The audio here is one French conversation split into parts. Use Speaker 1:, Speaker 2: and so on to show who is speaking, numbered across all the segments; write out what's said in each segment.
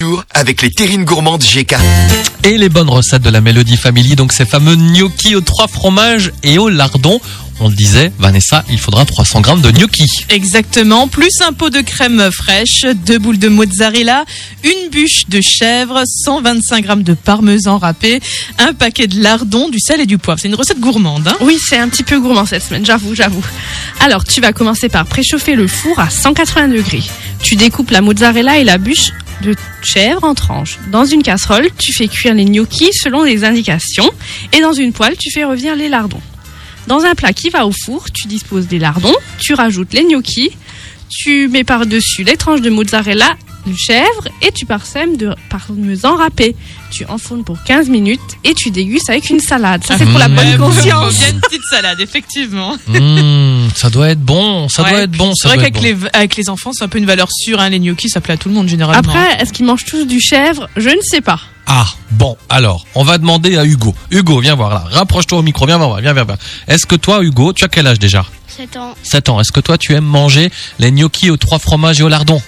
Speaker 1: jour avec les terrines gourmandes GK.
Speaker 2: et les bonnes recettes de la Mélodie Family, donc ces fameux gnocchi aux trois fromages et au lardon. On le disait, Vanessa, il faudra 300 grammes de gnocchi.
Speaker 3: Exactement, plus un pot de crème fraîche, deux boules de mozzarella, une bûche de chèvre, 125 grammes de parmesan râpé, un paquet de lardons, du sel et du poivre. C'est une recette gourmande. Hein
Speaker 4: Oui, c'est un petit peu gourmand cette semaine, j'avoue, j'avoue. Alors, tu vas commencer par préchauffer le four à 180 degrés. Tu découpes la mozzarella et la bûche de chèvre en tranches. Dans une casserole, tu fais cuire les gnocchis selon les indications et dans une poêle, tu fais revenir les lardons. Dans un plat qui va au four, tu disposes des lardons, tu rajoutes les gnocchis, tu mets par-dessus les tranches de mozzarella, de chèvre et tu parsèmes de parmesan râpé. Tu enfournes pour 15 minutes et tu dégustes avec une salade. Ça, c'est pour la bonne
Speaker 2: Mmh.
Speaker 4: conscience.
Speaker 3: Il y a une petite salade, effectivement.
Speaker 2: Mmh, ça doit être bon, ça
Speaker 3: Ouais,
Speaker 2: doit être bon.
Speaker 3: C'est
Speaker 2: ça
Speaker 3: vrai
Speaker 2: doit
Speaker 3: qu'avec
Speaker 2: être bon.
Speaker 3: les, avec les enfants, c'est un peu une valeur sûre. hein, Les gnocchis, ça plaît à tout le monde généralement.
Speaker 4: Après, est-ce qu'ils mangent tous du chèvre Je ne sais pas.
Speaker 2: Ah, bon, alors, on va demander à Hugo. Hugo, viens voir là. Rapproche-toi au micro, viens voir, viens, viens, viens. Est-ce que toi, Hugo, tu as quel âge déjà
Speaker 5: 7 ans.
Speaker 2: 7 ans. Est-ce que toi, tu aimes manger les gnocchis aux trois fromages et au lardon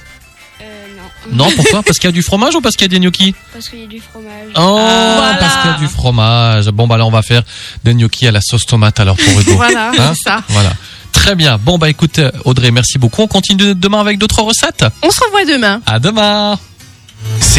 Speaker 5: Euh, non.
Speaker 2: Non, pourquoi Parce qu'il y a du fromage ou parce qu'il y a des gnocchis
Speaker 5: Parce qu'il y a du fromage.
Speaker 2: Oh,
Speaker 3: Ah, Voilà.
Speaker 2: parce qu'il y a du fromage. Bon, bah là, on va faire des gnocchis à la sauce tomate alors pour Hugo.
Speaker 4: Voilà,
Speaker 2: Hein
Speaker 4: c'est ça.
Speaker 2: Voilà. Très bien. Bon, bah écoute, euh, Audrey, merci beaucoup. On continue demain avec d'autres recettes.
Speaker 4: On se revoit demain.
Speaker 2: À demain.
Speaker 1: C'est